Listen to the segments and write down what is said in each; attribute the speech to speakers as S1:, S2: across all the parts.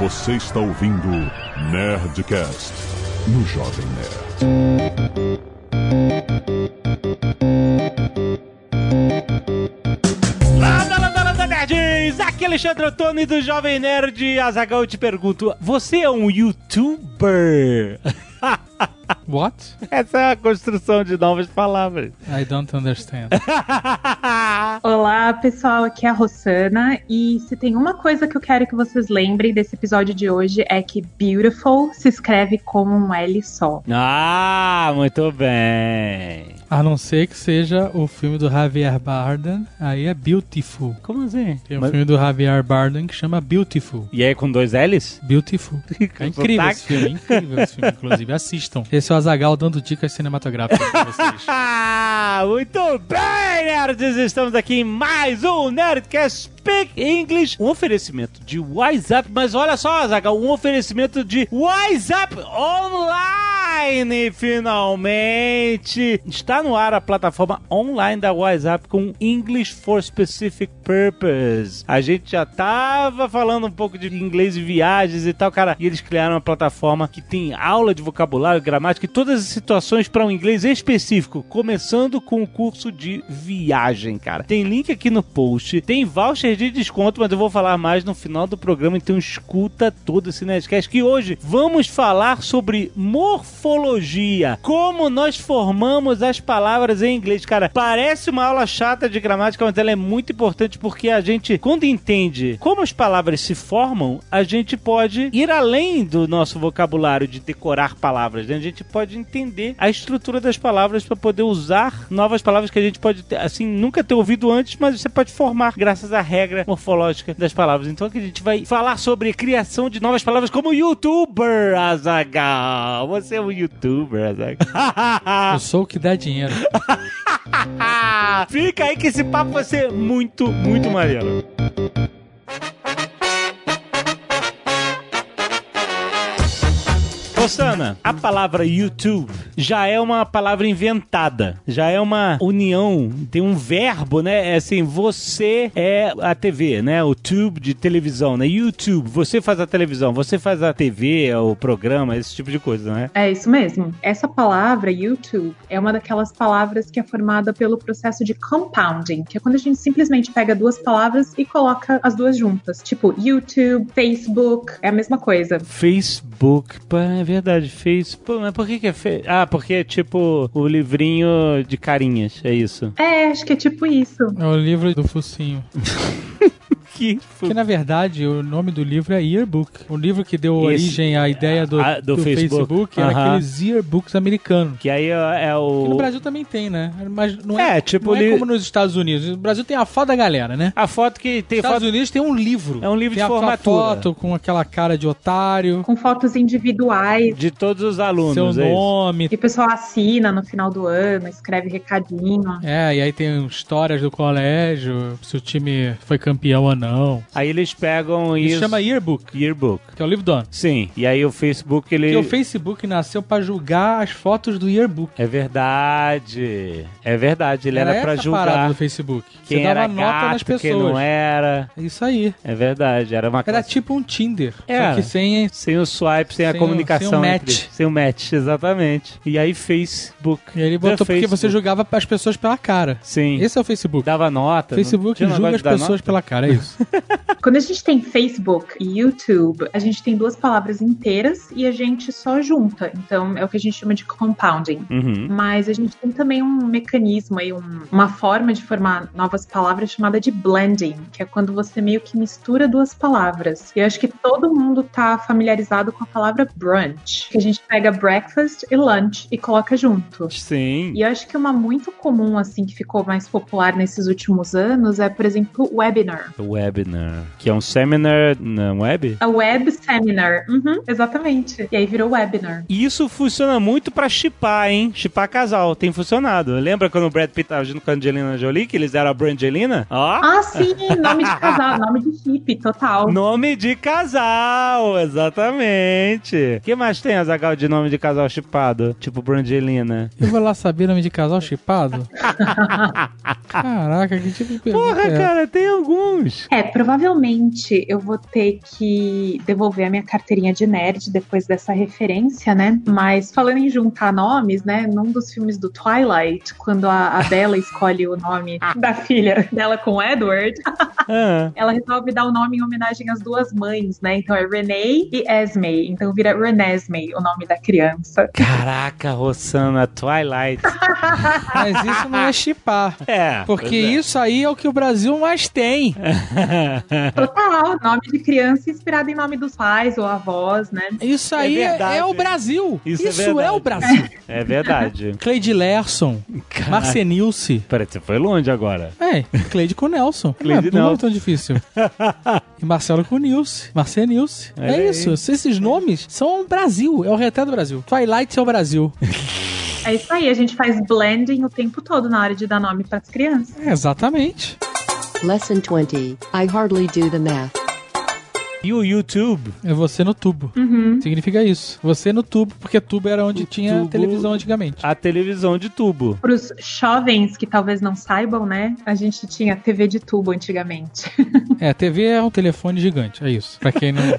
S1: Você está ouvindo Nerdcast no Jovem Nerd.
S2: Landa, landa, landa, nerds! Aqui é Alexandre Antônio do Jovem Nerd. Azagal, eu te pergunto: você é um youtuber?
S3: What?
S2: Essa é a construção de novas palavras.
S3: I don't understand.
S2: Ah!
S4: Olá, pessoal, aqui é a Rossana. E se tem uma coisa que eu quero que vocês lembrem desse episódio de hoje é que beautiful se escreve com um L só.
S2: Ah, muito bem.
S3: A não ser que seja o filme do Javier Bardem, aí é Beautiful.
S2: Como assim?
S3: Tem um filme do Javier Bardem que chama Beautiful.
S2: E aí com dois L's?
S3: Beautiful. É incrível esse filme, é incrível esse filme, inclusive. Assistam. Esse é o Azagal dando dicas cinematográficas pra vocês.
S2: Muito bem, nerds! Estamos aqui em mais um Nerdcast Speak English. Um oferecimento de WhatsApp, mas olha só, Azagal, um oferecimento de WhatsApp online, finalmente! Está no ar a plataforma online da WhatsApp com English for Specific Purpose. A gente já tava falando um pouco de inglês e viagens e tal, cara, e eles criaram uma plataforma que tem aula de vocabulário, gramática e todas as situações para um inglês específico, começando com o curso de viagem, cara. Tem link aqui no post, tem voucher de desconto, mas eu vou falar mais no final do programa, então escuta todo esse Nerdcast que hoje vamos falar sobre morfologia, como nós formamos as palavras em inglês. Cara, parece uma aula chata de gramática, mas ela é muito importante porque a gente, quando entende como as palavras se formam, a gente pode ir além do nosso vocabulário de decorar palavras, né? A gente pode entender a estrutura das palavras para poder usar novas palavras que a gente pode, ter, assim, nunca ter ouvido antes, mas você pode formar graças graças à regra morfológica das palavras. Então aqui a gente vai falar sobre criação de novas palavras como youtuber, Azagal. Você é um youtuber, Azagal.
S3: Eu sou o que dá dinheiro.
S2: Ah, Fica aí que esse papo vai ser muito, muito maneiro. Rosana, a palavra YouTube já é uma palavra inventada, já é uma união, tem um verbo, né? É assim, você é a TV, né? O tube de televisão, né? YouTube, você faz a televisão, você faz a TV, o programa, esse tipo de coisa, né?
S4: É isso mesmo. Essa palavra, YouTube, é uma daquelas palavras que é formada pelo processo de compounding, que é quando a gente simplesmente pega duas palavras e coloca as duas juntas. Tipo, YouTube, Facebook, é a mesma coisa.
S2: Facebook, é verdade, Facebook. Mas por que, que é Facebook? Ah, porque é tipo o livrinho de carinhas, é isso.
S4: É, acho que é tipo isso.
S3: É o livro do focinho.
S2: que,
S3: que na verdade o nome do livro é Yearbook. O livro que deu Esse, origem à ideia do, a, Ah, do, do, Facebook, Facebook era uh -huh. aqueles yearbooks americanos.
S2: Que aí é o.
S3: Que no Brasil também tem, né? Mas não é, é tipo não li... é como nos Estados Unidos. No Brasil tem a foto da galera, né?
S2: A foto que tem.
S3: Estados
S2: foto...
S3: Unidos tem um livro.
S2: É um livro
S3: tem
S2: de formatura.
S3: foto com aquela cara de otário.
S4: Com fotos individuais.
S2: De todos os alunos. é
S3: Seu nome.
S4: Que o pessoal assina no final do ano, escreve recadinho.
S3: É, e aí tem histórias do colégio, se o time foi campeão ou não. Não.
S2: Aí eles pegam isso.
S3: Isso chama Yearbook.
S2: Yearbook.
S3: Que é o livro do ano.
S2: Sim. E aí o Facebook, ele.
S3: Porque o Facebook nasceu pra julgar as fotos do Yearbook.
S2: É verdade. É verdade. Ele era, era pra julgar. Parada
S3: do Facebook.
S2: Quem Você dava era nota gato, nas pessoas. Quem não era.
S3: Isso aí.
S2: É verdade. Era uma
S3: Era classe... tipo um Tinder.
S2: É. Só
S3: que sem.
S2: Sem o swipe, sem, sem a comunicação.
S3: sem o match. Entre...
S2: Sem o match, exatamente. E aí Facebook.
S3: E aí ele botou porque você julgava as pessoas pela cara.
S2: Sim.
S3: Esse é o Facebook.
S2: Dava nota. um
S3: Facebook julga as pessoas nota? pela cara, é isso.
S4: Quando a gente tem Facebook e YouTube, a gente tem duas palavras inteiras e a gente só junta. Então é o que a gente chama de compounding.
S2: Uhum.
S4: Mas a gente tem também um mecanismo aí, um, uma forma de formar novas palavras chamada de blending, que é quando você meio que mistura duas palavras. E eu acho que todo mundo tá familiarizado com a palavra brunch, que a gente pega breakfast e lunch e coloca junto.
S2: Sim.
S4: E eu acho que uma muito comum assim que ficou mais popular nesses últimos anos é, por exemplo, webinar.
S2: Web webinar, que é um seminar na web?
S4: A web seminar, uhum, exatamente. E aí virou webinar.
S2: Isso funciona muito pra chipar, hein? Chipar casal, tem funcionado. Lembra quando o Brad Pitt tava junto com a Angelina Jolie, que eles deram a Brangelina?
S4: Ó! Oh. Ah, sim! Nome de casal, nome de chip,
S3: Ah.
S4: total.
S2: Nome de casal, exatamente. O que mais tem, Azagal, de nome de casal chipado? Tipo Brangelina.
S3: Eu vou lá saber nome de casal chipado? Caraca, que tipo de
S2: Porra, é? cara, tem alguns.
S4: É, provavelmente Provavelmente eu vou ter que devolver a minha carteirinha de nerd depois dessa referência, né? Mas falando em juntar nomes, né? Num dos filmes do Twilight, quando a, a Bella escolhe o nome da filha dela com Edward,
S2: É.
S4: uhum. ela resolve dar o um nome em homenagem às duas mães, né? Então é Renee e Esme. Então vira Renesme o nome da criança.
S2: Caraca, Rossana, Twilight.
S3: Mas isso não é chipar.
S2: É.
S3: Porque é. isso aí é o que o Brasil mais tem.
S4: Total, nome de criança inspirado em nome dos pais ou avós, né?
S3: Isso aí é, é o Brasil. Isso, isso é, é, o Brasil.
S2: É verdade.
S3: Cleide Lerson, Marcenilce.
S2: Peraí, você foi longe agora.
S3: É, Cleide com Nelson. Cleide não, não é tão difícil. e Marcelo com Nilce. Marcenilce. É, é isso. Esses nomes são o Brasil. É o retrato do Brasil. Twilight é o Brasil.
S4: É isso aí, a gente faz blending o tempo todo na hora de dar nome para as crianças.
S3: É, exatamente.
S5: Lesson 20. I hardly do the math.
S2: E o YouTube?
S3: É você no tubo.
S4: Uhum.
S3: Significa isso. Você no tubo, porque tubo era onde o tinha tubo, televisão antigamente.
S2: A televisão de tubo.
S4: Para os jovens que talvez não saibam, né? A gente tinha TV de tubo antigamente.
S3: é, TV é um telefone gigante, é isso. Para quem não.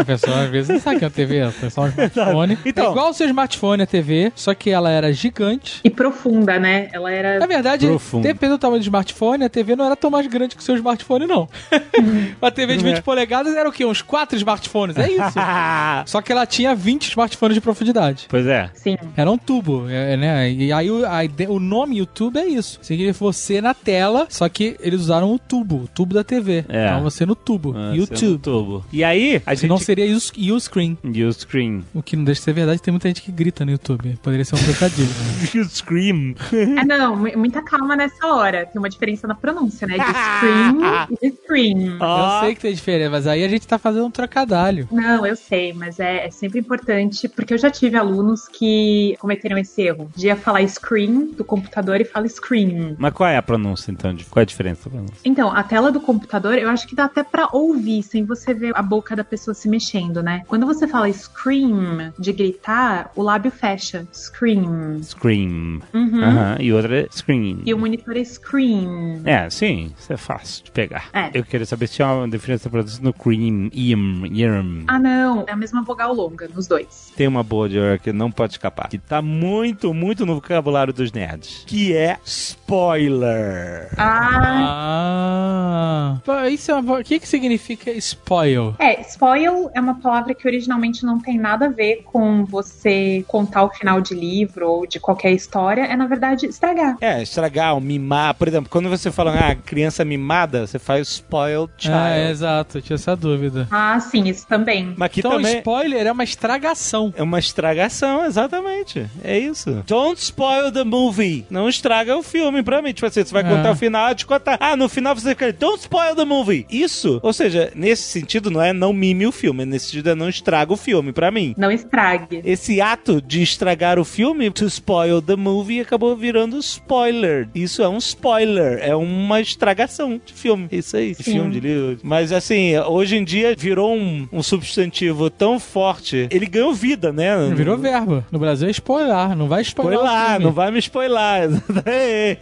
S3: a pessoa às vezes não sabe que é uma TV, é só um smartphone. Então, é igual o seu smartphone, a TV, só que ela era gigante.
S4: E profunda, né? Ela era.
S3: Na verdade, profunda. dependendo do tamanho do smartphone, a TV não era tão mais grande que o seu smartphone, não. uma TV de 20 é. polegadas era o que Uns quatro smartphones, é isso. Só que ela tinha 20 smartphones de profundidade.
S2: Ah! Pois é.
S4: Sim.
S3: Era um tubo, é, né? E aí o, a, o nome YouTube é isso. Significa você na tela, só que eles usaram o tubo, o tubo da TV.
S2: É.
S3: Então você no tubo. É, YouTube. No
S2: tubo. E aí,
S3: a gente... Não seria U-Screen.
S2: U-Screen.
S3: O que não deixa de ser verdade, tem muita gente que grita no YouTube. Poderia ser um trocadilho.
S2: U-Scream.
S4: é, não, muita calma nessa hora. Tem uma diferença na pronúncia, né? De scream e de scream.
S3: Oh. Eu
S2: Ah.
S3: sei que tem diferença, mas aí a gente tá fazendo um trocadalho.
S4: Não, eu sei, mas é, é, sempre importante, porque eu já tive alunos que cometeram esse erro. Dia falar screen do computador e fala screen.
S2: Mas qual é a pronúncia, então? Qual é a diferença da pronúncia?
S4: Então, a tela do computador, eu acho que dá até pra ouvir, sem você ver a boca da pessoa se mexendo, né? Quando você fala scream, de gritar, o lábio fecha. Scream.
S2: Scream. Uhum. Uhum. E outra é screen.
S4: E o monitor é screen.
S2: É, sim, isso é fácil de pegar.
S4: É.
S2: Eu queria saber se tinha uma diferença no cream Im, Irm.
S4: Ah, não. É a mesma vogal longa nos dois.
S2: Tem uma boa de que não pode escapar. Que tá muito, muito no vocabulário dos nerds. Que é spoiler.
S4: Ah.
S3: ah. Isso é uma... O que, que significa spoil?
S4: É, spoil é uma palavra que originalmente não tem nada a ver com você contar o final de livro ou de qualquer história. É, na verdade, estragar.
S2: É, estragar, mimar. Por exemplo, quando você fala, ah, criança mimada, você faz spoil child.
S3: Ah, é, exato. Eu tinha essa dúvida.
S4: Ah, sim, isso também.
S3: Mas então, também... spoiler é uma estragação.
S2: É uma estragação, exatamente. É isso. Don't spoil the movie. Não estraga o filme pra mim. Tipo assim, você vai contar é. o final, te contar. Ah, no final você quer. Don't spoil the movie. Isso, ou seja, nesse sentido não é não mime o filme. Nesse sentido é não estraga o filme pra mim.
S4: Não estrague.
S2: Esse ato de estragar o filme, to spoil the movie, acabou virando spoiler. Isso é um spoiler. É uma estragação de filme. Isso aí. De filme, de livro. Mas assim, hoje em dia virou um, um, substantivo tão forte. Ele ganhou vida, né?
S3: Virou verbo. No Brasil é spoiler, não vai spoiler.
S2: Spoiler, não vai me spoiler. É.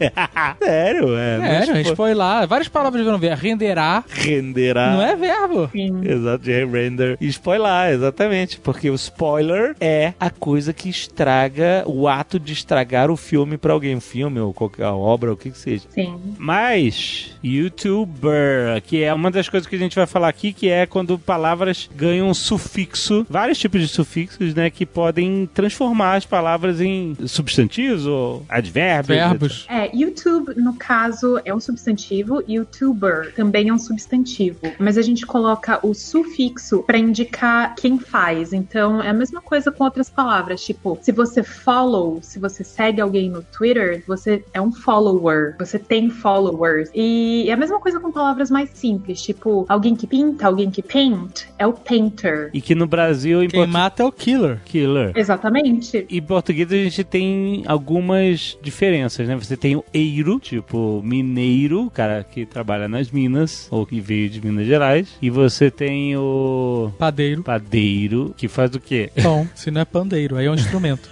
S2: Sério, é.
S3: Sério, é, spo... spoiler. Várias palavras viram verbo. Renderar.
S2: Renderar.
S3: Não é verbo.
S2: Sim. Exato, de render. E spoiler, exatamente. Porque o spoiler é a coisa que estraga o ato de estragar o filme pra alguém. Um filme ou qualquer obra, o que que seja.
S4: Sim.
S2: Mas, youtuber, que é uma das coisas que a gente vai falar aqui, que é quando palavras ganham um sufixo, vários tipos de sufixos, né, que podem transformar as palavras em substantivos ou advérbios.
S3: Verbos.
S4: É, YouTube, no caso, é um substantivo, youtuber também é um substantivo, mas a gente coloca o sufixo para indicar quem faz. Então, é a mesma coisa com outras palavras, tipo, se você follow, se você segue alguém no Twitter, você é um follower, você tem followers. E é a mesma coisa com palavras mais simples, tipo, alguém que pinta, alguém alguém que paint é o painter.
S2: E que no Brasil, em
S3: Quem
S2: português,
S3: mata é o killer.
S2: killer.
S4: Exatamente.
S2: Em português a gente tem algumas diferenças, né? Você tem o eiro, tipo mineiro, o cara que trabalha nas minas, ou que veio de Minas Gerais. E você tem o
S3: Padeiro.
S2: padeiro, que faz o quê?
S3: Pão. Se não é pandeiro, aí é um instrumento.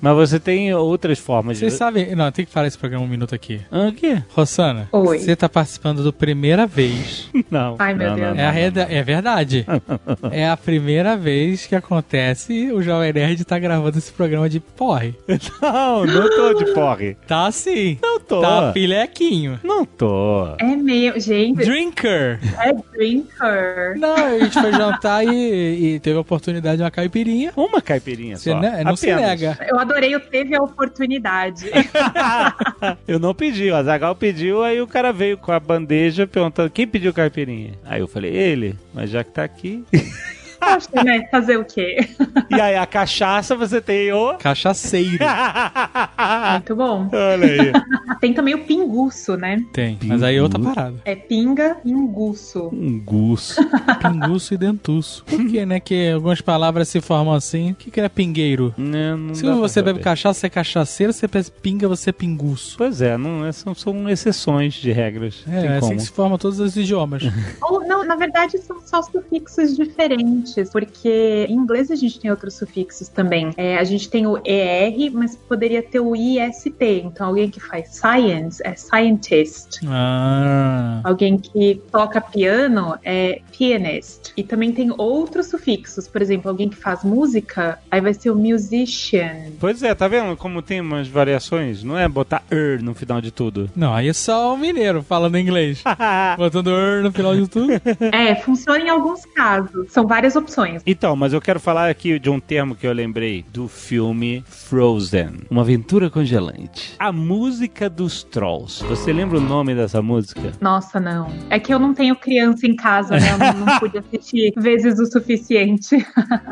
S2: Mas você tem outras formas
S3: Vocês
S2: de...
S3: sabem. Não, tem que parar esse programa um minuto aqui.
S2: Ah, o quê?
S3: Rosana,
S4: Oi.
S3: você tá participando do primeira vez.
S2: Não.
S4: Ai, meu
S2: não,
S4: Deus.
S2: não,
S3: É, a
S2: Ah, não, Ah,
S3: reda- é verdade. É a primeira vez que acontece o Jovem Nerd tá gravando esse programa de porre.
S2: Não, não tô de porre.
S3: Tá sim.
S2: Não tô.
S3: Tá filequinho.
S2: Não tô.
S4: É meio. Gente,
S3: Drinker.
S4: é drinker.
S3: Não, a gente foi jantar e, e teve a oportunidade de uma caipirinha.
S2: Uma caipirinha
S3: Você
S2: só.
S3: ne- não se
S2: Apenas.
S3: nega.
S4: Eu adorei o teve a oportunidade.
S2: eu não pedi, o Azagal pediu, aí o cara veio com a bandeja perguntando quem pediu caipirinha. Aí eu falei, ele, mas já que tá aqui.
S4: Poxa, né? Fazer o quê?
S2: e aí a cachaça você tem o.
S3: Cachaceiro.
S4: Muito bom. Ah,
S2: Olha aí.
S4: Tem também o pinguço, né?
S3: Tem. Mas aí é outra parada.
S4: É pinga e enguço.
S2: Um guço.
S3: Pinguço e dentuço. Por que, né? Que algumas palavras se formam assim. O que, que é pingueiro?
S2: Né, Não, não
S3: Se
S2: dá pra
S3: você bebe
S2: saber.
S3: cachaça, você é cachaceiro. Se você bebe pinga, você é pinguço.
S2: Pois é, não, é- são, são exceções de regras.
S3: É, é assim que se formam todos os idiomas.
S4: Ou, não, na verdade são só sufixos diferentes, porque em inglês a gente tem outros sufixos também. É, a gente tem o ER, mas poderia ter o IST. Então alguém que faz science é scientist.
S3: Ah.
S4: Alguém que toca piano é pianist. E também tem outros sufixos. Por exemplo, alguém que faz música, aí vai ser o musician.
S2: Pois é, tá vendo como tem umas variações? Não é botar er no final de tudo.
S3: Não, aí é só o mineiro falando inglês. Botando er no final de tudo.
S4: É, funciona em alguns casos. São várias opções.
S2: Então, mas eu quero falar aqui de um termo que eu lembrei do filme Frozen, Uma Aventura Congelante. A música dos Trolls. Você lembra o nome dessa música?
S4: Nossa, não. É que eu não tenho criança em casa, né? Eu não, não pude assistir vezes o suficiente.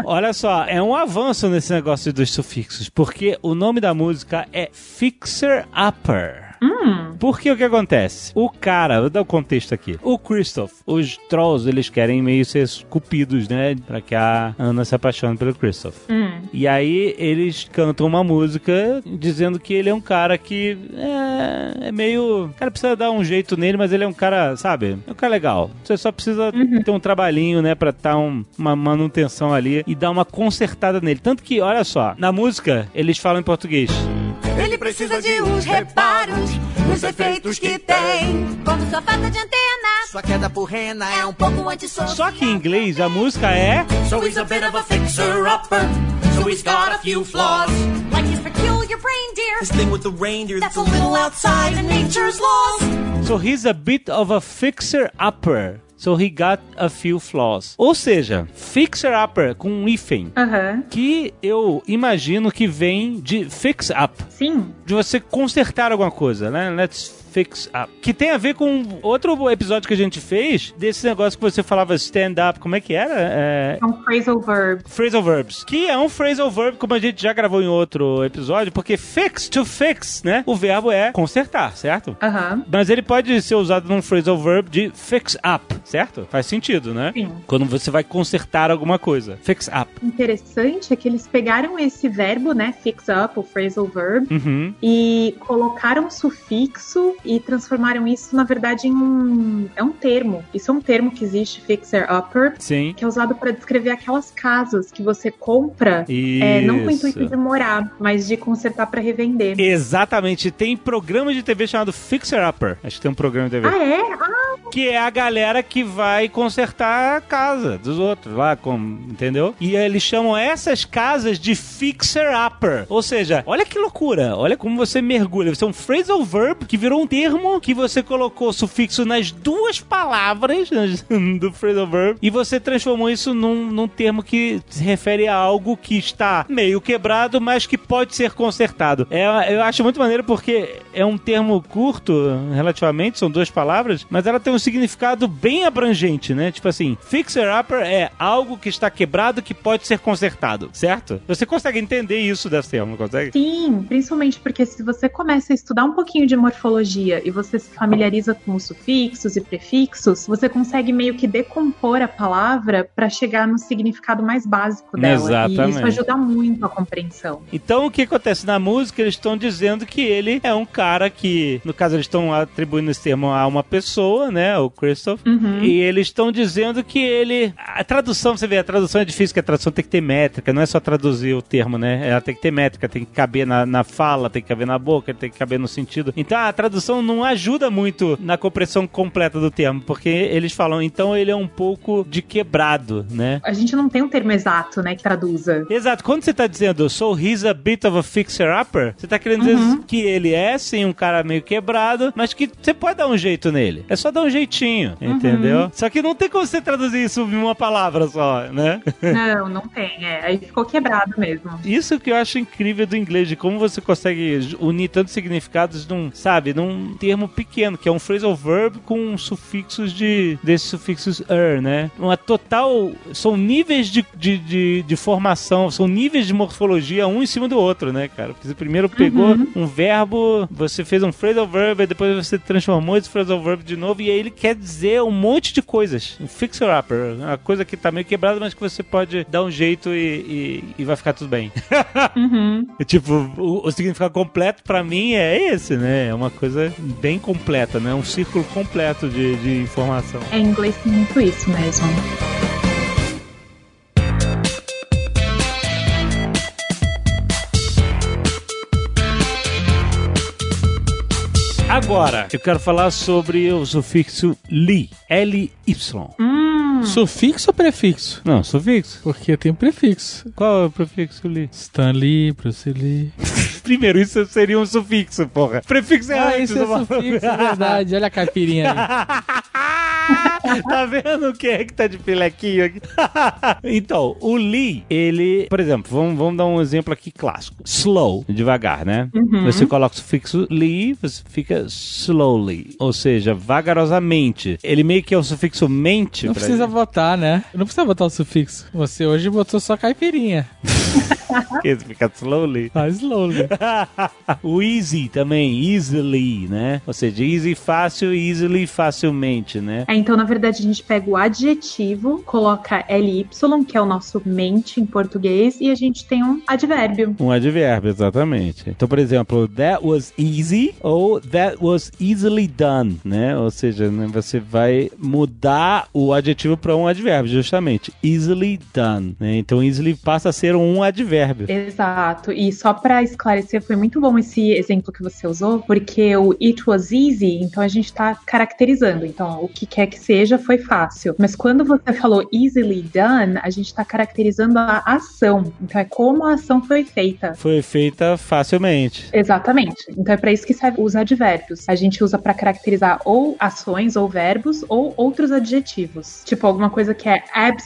S2: Olha só, é um avanço nesse negócio dos sufixos, porque o nome da música é Fixer Upper.
S4: Hum,
S2: Porque o que acontece? O cara, vou dar o contexto aqui. O Christoph, os trolls, eles querem meio ser cupidos, né? Pra que a Anna se apaixone pelo Christoph.
S4: hum.
S2: E aí eles cantam uma música dizendo que ele é um cara que é, é meio. O cara precisa dar um jeito nele, mas ele é um cara, sabe? É um cara legal. Você só precisa ter um trabalhinho, né? Pra tá um- uma manutenção ali e dar uma consertada nele. Tanto que, olha só, na música eles falam em português.
S6: Ele precisa de uns reparos nos efeitos que tem. Como sua falta de antena
S7: Sua queda por rena é
S6: é
S7: um
S6: um pouco antissocial.
S2: Só que em inglês a música é.
S7: So he's a bit of a fixer-upper So he's got a few flaws
S6: Like his peculiar brain, dear.
S7: This thing with the reindeer
S6: That's a little outside of nature's laws.
S2: So he's a bit of a fixer upper. So he got a few flaws. Ou seja, fixer upper com um hífen.
S4: Aham.
S2: que eu imagino que vem de fix up,
S4: Sim.
S2: de você consertar alguma coisa, né? Let's fix up. Que tem a ver com outro episódio que a gente fez desse negócio que você falava stand up, como é que era? É,
S4: É um phrasal verb.
S2: Phrasal verbs. Que é um phrasal verb, como a gente já gravou em outro episódio, porque fix to fix, né? O verbo é consertar, certo?
S4: Aham.
S2: Mas ele pode ser usado num phrasal verb de fix up, certo? Faz sentido, né?
S4: Sim.
S2: Quando você vai consertar alguma coisa. Fix up.
S4: Interessante é que eles pegaram esse verbo, né? Fix up, o phrasal verb,
S2: Uhum.
S4: e colocaram um sufixo e transformaram isso, na verdade, em um. É um termo. Isso é um termo que existe, fixer upper,
S2: Sim.
S4: que é usado para descrever aquelas casas que você compra,
S2: Isso.
S4: é, não com o intuito de morar, mas de consertar para revender.
S2: Exatamente. Tem programa de TV chamado Fixer Upper. Acho que tem um programa de TV.
S4: Ah, é? Ah,
S2: Que é a galera que vai consertar a casa dos outros lá, com, entendeu? E aí eles chamam essas casas de Fixer Upper. Ou seja, olha que loucura. Olha como você mergulha. Você é um phrasal verb que virou um termo que você colocou sufixo nas duas palavras nas- do phrasal verb e você transformou isso num, num termo que se refere a algo que está meio quebrado, mas que pode ser consertado. É, eu acho muito maneiro porque é um termo curto, relativamente, são duas palavras, mas ela tem um significado bem abrangente, né? Tipo assim, fixer-upper é algo que está quebrado que pode ser consertado, certo? Você consegue entender isso desse termo, não consegue?
S4: sim, principalmente porque se você começa a estudar um pouquinho de dia e você se familiariza com os sufixos e prefixos, você consegue meio que decompor a palavra para chegar no significado mais básico dela. E
S2: Exatamente.
S4: isso ajuda muito a compreensão.
S2: Então o que acontece na música? Eles estão dizendo que ele é um cara que, no caso, eles estão atribuindo esse termo a uma pessoa, né? O Christoph.
S4: Uhum.
S2: E eles estão dizendo que ele. A tradução, você vê, a tradução é difícil, porque a tradução tem que ter métrica, não é só traduzir o termo, né? Ela tem que ter métrica, tem que caber na, na fala, tem que caber na boca, tem que caber no sentido. Então a tradução não ajuda muito na compreensão completa do termo, porque eles falam, então ele é um pouco de quebrado, né?
S4: A gente não tem um termo exato, né, que traduza.
S2: Exato, quando você tá dizendo so he's a bit of a fixer-upper, você tá querendo dizer que ele é sim um cara meio quebrado, mas que você pode dar um jeito nele. É só dar um jeitinho, entendeu? Só que não tem como você traduzir isso em uma palavra só, né?
S4: não, não tem. É. Aí ficou quebrado mesmo.
S2: Isso que eu acho incrível do inglês, de como você consegue unir tantos significados num, sabe, num termo pequeno, que é um phrasal verb com sufixos de. desses sufixos er, né? Uma total. São níveis de, de, de, de formação, são níveis de morfologia um em cima do outro, né, cara? Porque você primeiro pegou
S4: Uhum.
S2: um verbo, você fez um phrasal verb, aí depois você transformou esse phrasal verb de novo, e aí ele quer dizer um monte de coisas. Um fixer-upper, uma coisa que tá meio quebrada, mas que você pode dar um jeito e- e, e vai ficar tudo bem.
S4: Uhum.
S2: É Tipo, o, o significado completo pra mim é esse, né? É uma coisa bem completa, né? Um círculo completo de, de informação.
S4: É, em inglês tem muito isso mesmo.
S2: Agora, eu quero falar sobre o sufixo li, L-Y.
S4: Hum,
S3: Sufixo ou prefixo?
S2: Não, sufixo.
S3: Porque tem um prefixo.
S2: Qual é o prefixo li?
S3: Stanley, Bruce Lee.
S2: Primeiro, isso seria um sufixo, porra. Prefixo é
S3: Ah,
S2: antes.
S3: isso é
S2: eu falo.
S3: sufixo, é verdade. Olha a caipirinha aí.
S2: tá vendo quem é que tá de pilequinho aqui? então, o Lee, ele, por exemplo, vamos, vamos dar um exemplo aqui clássico. Slow, devagar, né?
S3: Uhum.
S2: Você coloca o sufixo Lee, você fica slowly, ou seja, vagarosamente. Ele meio que é o sufixo mente.
S3: Não
S2: pra
S3: precisa votar, né? Não precisa botar o sufixo. Você hoje botou só caipirinha.
S2: ele, porque fica slowly.
S3: Ah, slowly.
S2: o easy também, easily, né? Ou seja, easy fácil, easily facilmente, né?
S4: É, então, na verdade, a gente pega o adjetivo, coloca LY, que é o nosso mente em português, e a gente tem um advérbio.
S2: Um advérbio, exatamente. Então, por exemplo, that was easy ou that was easily done, né? Ou seja, né, você vai mudar o adjetivo para um advérbio, justamente. Easily done, né? Então, easily passa a ser um advérbio.
S4: Exato. E só pra esclarecer, foi muito bom esse exemplo que você usou, porque o it was easy, então a gente tá caracterizando. Então, o que quer que seja foi fácil. Mas quando você falou easily done, a gente tá caracterizando a ação. Então, é como a ação foi feita.
S2: Foi feita facilmente.
S4: Exatamente. Então é para isso que serve os advérbios. A gente usa para caracterizar ou ações ou verbos ou outros adjetivos. Tipo alguma coisa que é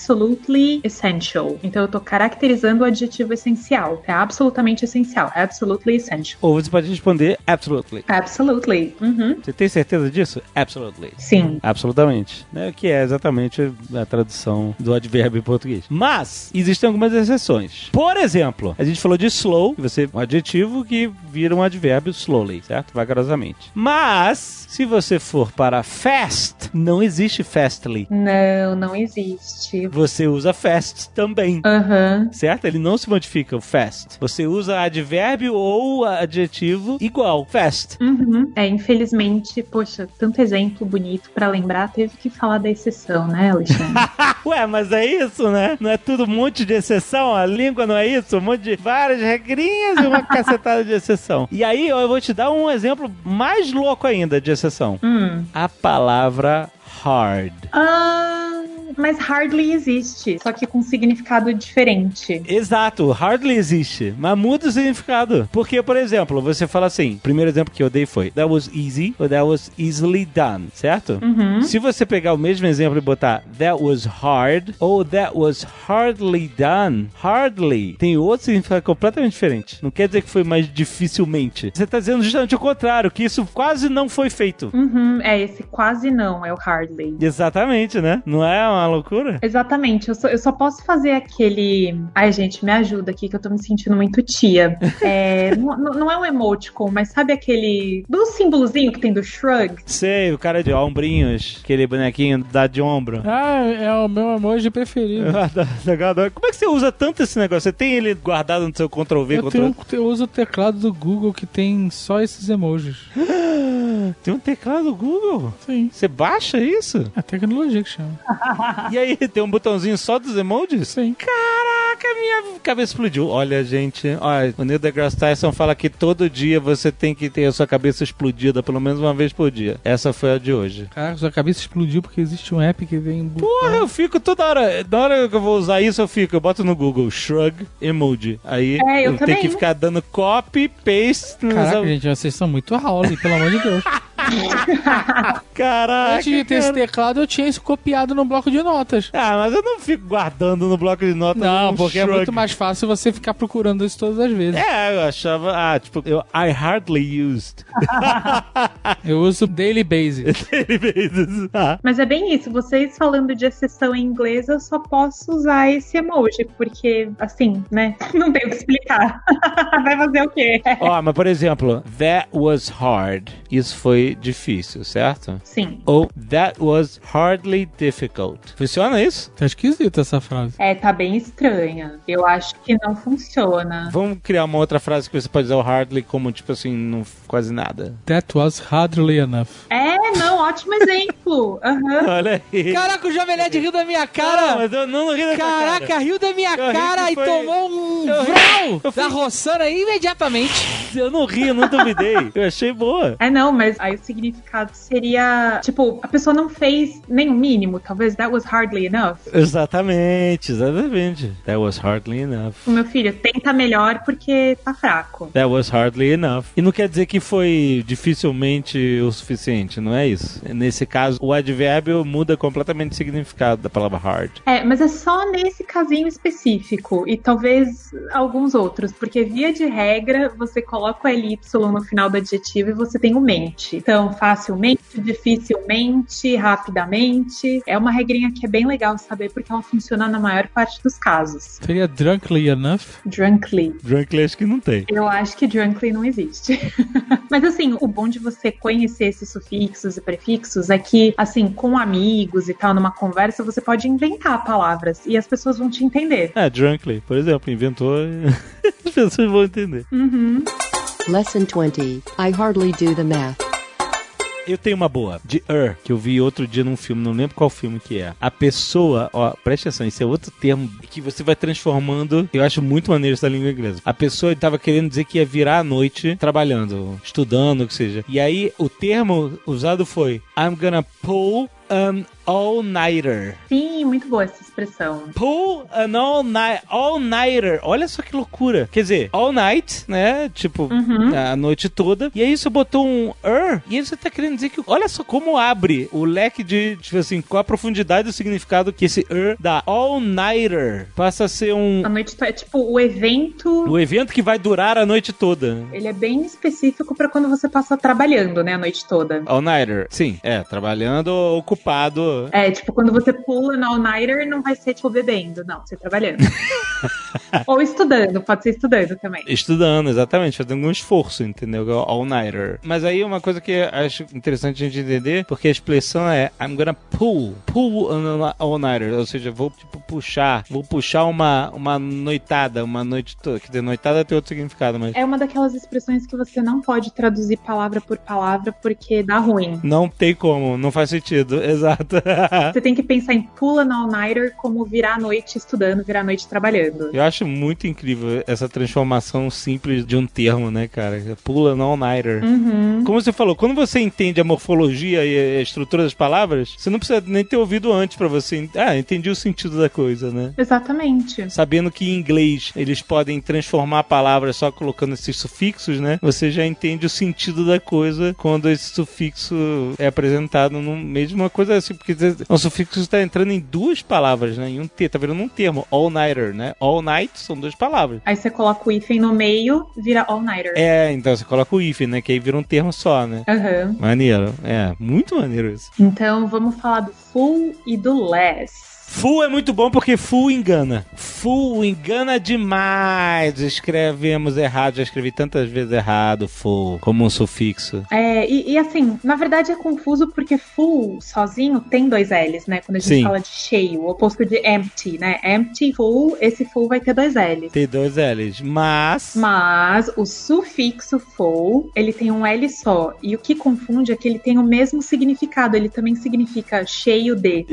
S4: absolutely essential. Então eu tô caracterizando o adjetivo essencial. É absolutamente essencial. Absolutely essential.
S2: Ou você pode responder absolutely.
S4: Absolutely. Uhum.
S2: Você tem certeza disso? Absolutely.
S4: Sim.
S2: Absolutamente. Né? O que é exatamente a tradução do advérbio em português. Mas, existem algumas exceções. Por exemplo, a gente falou de slow, que você um adjetivo que vira um advérbio slowly, certo? Vagarosamente. Mas, se você for para fast, não existe fastly.
S4: Não, não existe.
S2: Você usa fast também.
S4: Aham.
S2: Certo? Ele não se modifica, o fast. Você usa advérbio ou adjetivo igual, fast.
S4: Uhum. É, infelizmente, poxa, tanto exemplo bonito para lembrar, teve que falar da exceção, né, Alexandre?
S2: Ué, mas é isso, né? Não é tudo um monte de exceção? A língua não é isso? Um monte de várias regrinhas e uma cacetada de exceção. E aí eu vou te dar um exemplo mais louco ainda de exceção.
S4: hum.
S2: A palavra hard.
S4: Ah, mas hardly existe, só que com significado diferente.
S2: Exato, hardly existe, mas muda o significado. Porque, por exemplo, você fala assim, o primeiro exemplo que eu dei foi that was easy ou that was easily done, certo?
S4: Uhum.
S2: Se você pegar o mesmo exemplo e botar that was hard ou that was hardly done, hardly tem outro significado completamente diferente. Não quer dizer que foi mais dificilmente. Você está dizendo justamente o contrário, que isso
S4: Hum.
S2: quase não foi feito.
S4: Uhum, é, esse quase não é o Hardley.
S2: Exatamente, né? Não é uma uma loucura?
S4: Exatamente, eu só, eu só posso fazer aquele. Ai, gente, me ajuda aqui que eu tô me sentindo muito tia. É, não, não- não é um emoticon, mas sabe aquele. do símbolozinho que tem do shrug?
S2: Sei, o cara de ombrinhos, aquele bonequinho da de ombro.
S3: Ah, é o meu emoji preferido.
S2: Como é que você usa tanto esse negócio? Você tem ele guardado no seu Ctrl-V,
S3: Eu, tenho,
S2: Ctrl...
S3: um- eu uso o teclado do Google que tem só esses emojis.
S2: Tem um teclado do Google?
S3: Sim.
S2: Você baixa isso?
S3: É a tecnologia que chama.
S2: E aí, tem um botãozinho só dos emojis?
S3: Sim.
S2: Caraca, minha cabeça explodiu. Olha, gente, olha, o Neil deGrasse Tyson fala que todo dia você tem que ter a sua cabeça explodida pelo menos uma vez por dia. Essa foi a de hoje.
S3: Cara, sua cabeça explodiu porque existe um app que vem.
S2: Porra, eu fico toda hora. Na hora que eu vou usar isso, eu fico. Eu boto no Google shrug emoji. Aí
S4: É, eu
S2: tenho
S4: também.
S2: que ficar dando copy, paste. não
S3: Caraca,
S2: sabe-
S3: gente, vocês são muito Raul, pelo amor de Deus.
S2: Caraca.
S3: Antes de ter esse
S2: cara.
S3: teclado, eu tinha isso copiado no bloco de notas.
S2: Ah, mas eu não fico guardando no bloco de notas.
S3: Não,
S2: um
S3: porque é
S2: shrug.
S3: muito mais fácil você ficar procurando isso todas as vezes.
S2: É, eu achava. Ah, tipo, eu I hardly used.
S3: Eu uso Daily Base.
S2: Ele fez isso. Ah.
S4: Mas é bem isso, vocês falando de exceção em inglês, eu só posso usar esse emoji, porque, assim, né? Não tenho o que explicar. Vai fazer o quê?
S2: Ó, mas por exemplo, that was hard. Isso foi difícil, certo?
S4: Sim.
S2: Ou that was hardly difficult. Funciona isso?
S3: Tá esquisita essa frase.
S4: É, tá bem estranha. Eu acho que não funciona.
S2: Vamos criar uma outra frase que você pode usar o hardly como, tipo assim, não, quase nada.
S3: That was hardly enough.
S4: É, não, ótimo exemplo. Aham.
S2: Olha aí.
S3: Caraca, o Jovem Nerd riu da minha
S2: Não,
S3: cara!
S2: mas eu não ri dessa
S3: Caraca,
S2: cara.
S3: riu da minha
S2: Eu ri
S3: cara
S2: que
S3: e
S2: foi-
S3: tomou um
S2: Eu ri-
S3: vral
S2: eu
S3: da
S2: fui-
S3: Rossana imediatamente.
S2: Eu não ri, eu não duvidei. eu achei boa.
S4: É, não, mas aí o significado seria. Tipo, a pessoa não fez nem o mínimo, talvez. That was hardly enough.
S2: Exatamente, exatamente. That was hardly enough.
S4: O Tipo, meu filho, tenta melhor porque tá fraco.
S2: That was hardly enough. E não quer dizer que foi dificilmente o suficiente, não é isso? Nesse caso, o advérbio muda completamente o significado da palavra hard.
S4: É, mas é só nesse casinho específico e talvez alguns outros, porque via de regra você coloca o LY no final do adjetivo e você tem o mente. Então, facilmente, dificilmente, rapidamente. É uma regrinha que é bem legal saber porque ela funciona na maior parte dos casos.
S3: Seria drunkly enough?
S4: Drunkly.
S2: Drunkly acho que não tem.
S4: Eu acho que drunkly não existe. Mas assim, o bom de você conhecer esses sufixos e prefixos é que, assim, com amigos e tal, numa conversa, você pode inventar palavras e as pessoas vão te entender.
S2: É, Drunkly, por exemplo, inventou. As pessoas vão entender.
S5: Lesson 20. I hardly do the math.
S2: Eu tenho uma boa, de Her, que eu vi outro dia num filme, não lembro qual filme que é. A pessoa, ó, preste atenção, esse é outro termo que você vai transformando. Eu acho muito maneiro essa língua inglesa. A pessoa tava querendo dizer que ia virar à noite trabalhando, estudando, o que seja. E aí o termo usado foi: I'm gonna pull an all-nighter.
S4: Sim, muito boa essa expressão.
S2: Pull an all-night, all-nighter. Olha só que loucura. Quer dizer, all night, né? Tipo, a noite toda. E aí você botou um er, e aí você tá querendo dizer que, olha só como abre o leque de, tipo assim, qual a profundidade do significado que esse er dá. All-nighter passa a ser um,
S4: A noite to- é tipo o evento.
S2: um evento que vai durar a noite toda.
S4: Ele é bem específico pra quando você passa trabalhando, né, a noite toda.
S2: All-nighter. Sim, é, trabalhando ocupado.
S4: É, tipo, quando você pula no all-nighter, não vai ser, tipo, bebendo, não, você trabalhando. Ou estudando, pode ser estudando também.
S2: Estudando, exatamente, fazendo um esforço, entendeu? All-nighter. Mas aí uma coisa que eu acho interessante a gente entender, porque a expressão é I'm gonna pull, pull an all-nighter, ou seja, vou tipo puxar, vou puxar uma, uma noitada, uma noite toda. Quer dizer, noitada tem outro significado, mas.
S4: É uma daquelas expressões que você não pode traduzir palavra por palavra porque dá ruim.
S2: Não tem como, não faz sentido, exato.
S4: Você tem que pensar em pula no all-nighter como virar a noite estudando, virar a noite trabalhando.
S2: Eu acho muito incrível essa transformação simples de um termo, né, cara? Pula no all-nighter.
S4: Uhum.
S2: Como você falou, quando você entende a morfologia e a estrutura das palavras, você não precisa nem ter ouvido antes pra você. en- Ah, entendi o sentido da coisa, né?
S4: Exatamente.
S2: Sabendo que em inglês eles podem transformar palavras só colocando esses sufixos, né? Você já entende o sentido da coisa quando esse sufixo é apresentado no mesmo uma coisa assim, porque o sufixo está entrando em duas palavras, né? Em um T, tá virando um termo, all-nighter, né? All night são duas palavras.
S4: Aí você coloca o hífen no meio, vira all-nighter.
S2: É, então você coloca o if, né? Que aí vira um termo só, né?
S4: Aham.
S2: Maneiro, é, muito maneiro isso.
S4: Então vamos falar do full e do less.
S2: Full é muito bom porque full engana. Full engana demais. Escrevemos errado, já escrevi tantas vezes errado, full, como um sufixo.
S4: É, e, e, assim, na verdade é confuso porque full sozinho tem dois L's, né? Quando a gente
S2: Sim.
S4: fala de cheio, o oposto de empty, né? Empty, full, esse full vai ter dois L's.
S2: Tem dois L's, mas.
S4: Mas o sufixo full, ele tem um L só. E o que confunde é que ele tem o mesmo significado, ele também significa cheio de.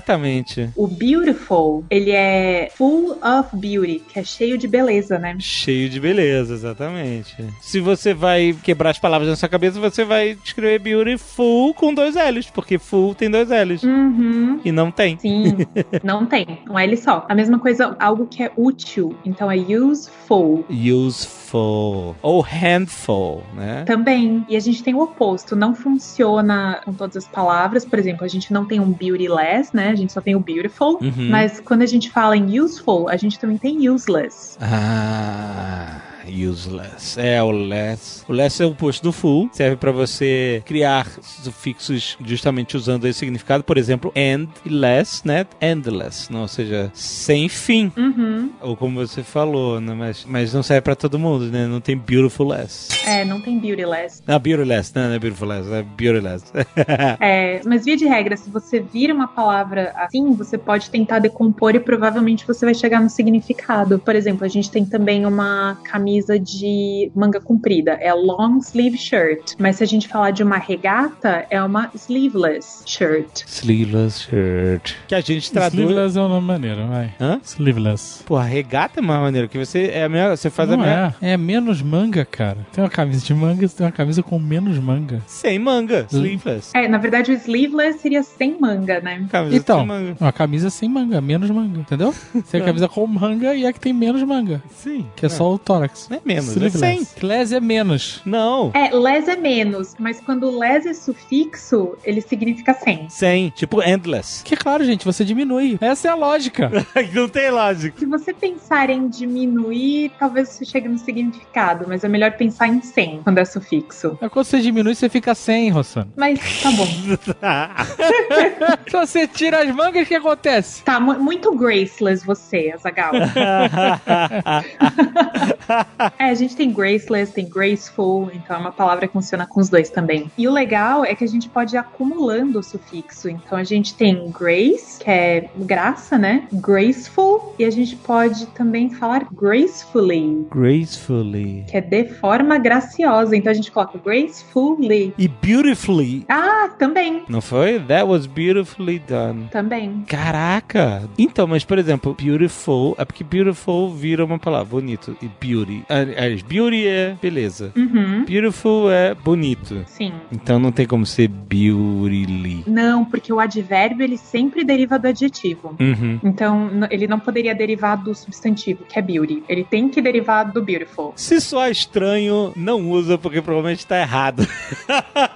S2: Exatamente.
S4: O beautiful, ele é full of beauty, que é cheio de beleza, né?
S2: Cheio de beleza, exatamente. Se você vai quebrar as palavras na sua cabeça, você vai escrever beautiful com dois L's, porque full tem dois L's.
S4: Uhum.
S2: E não tem.
S4: Sim, não tem. Um L só. A mesma coisa, algo que é útil. Então é useful
S2: Useful. Ou handful, né?
S4: também. E a gente tem o oposto. Não funciona com todas as palavras. Por exemplo, a gente não tem um beautyless, né? A gente só tem o beautiful.
S2: Uhum.
S4: Mas quando a gente fala em useful, a gente também tem useless.
S2: Ah, useless. É, o less. O less é o oposto do full. Serve pra você criar sufixos justamente usando esse significado. Por exemplo, end e less, né? Endless. Não, ou seja, sem fim.
S4: Uhum.
S2: Ou como você falou, né? Mas, mas não serve pra todo mundo, né? Não tem beautiful less.
S4: É, não tem beautyless.
S2: Não, beautyless. Não, não é beautiful less. É beautyless.
S4: É, mas via de regra, se você vira uma palavra assim, você pode tentar decompor e provavelmente você vai chegar no significado. Por exemplo, a gente tem também uma camisa de manga comprida, é long sleeve shirt. Mas se a gente falar de uma regata, é uma sleeveless shirt.
S2: Sleeveless shirt. Que a gente traduz...
S3: Sleeveless é um nome maneiro, vai.
S2: Hã?
S3: Sleeveless.
S2: Pô, a regata é mais maneiro, que você é a mesma, você faz a
S3: Não
S2: mesma,
S3: é. é menos manga, cara. Tem uma camisa de manga, você tem uma camisa com menos manga.
S2: sem manga, sleeveless.
S4: É, na verdade o sleeveless seria sem manga, né?
S2: Camisa
S3: Então,
S2: sem manga.
S3: uma camisa sem manga, menos manga, entendeu? Você tem a camisa com manga e a que tem menos manga,
S2: Sim.
S3: que é só o tórax.
S2: Não é menos, é
S3: Sleeveless.
S2: 100.
S3: Class é menos.
S2: Não.
S4: É, less é menos, mas quando less é sufixo, ele significa sem.
S2: 100, tipo endless.
S3: Que é claro, gente, você diminui. Essa é a lógica.
S2: Não tem lógica.
S4: Se você pensar em diminuir, talvez você chegue no significado, mas é melhor pensar em sem quando é sufixo.
S3: É quando você diminui, você fica sem, Rossano.
S4: Mas tá bom.
S3: Se você tira as mangas, o que acontece?
S4: Tá mu- muito graceless você, Azagal. é, a gente tem graceless, tem graceful, então é uma palavra que funciona com os dois também. E o legal é que a gente pode ir acumulando o sufixo. Então a gente tem grace, que é graça, né? Graceful, e a gente pode também falar gracefully.
S2: Gracefully.
S4: Que é de forma graciosa. Então a gente coloca gracefully.
S2: E beautifully.
S4: Ah, também.
S2: Não foi? That was beautifully done.
S4: Também.
S2: Caraca! Então, mas por exemplo, beautiful, é porque beautiful vira uma palavra, bonito. E beauty. Aliás, beauty é beleza.
S4: Uhum.
S2: Beautiful é bonito.
S4: Sim.
S2: Então não tem como ser beautily.
S4: Não, porque o advérbio ele sempre deriva do adjetivo.
S2: Uhum.
S4: Então, n- ele não poderia derivar do substantivo, que é beauty. Ele tem que derivar do beautiful.
S2: Se só é estranho, não usa, porque provavelmente tá errado.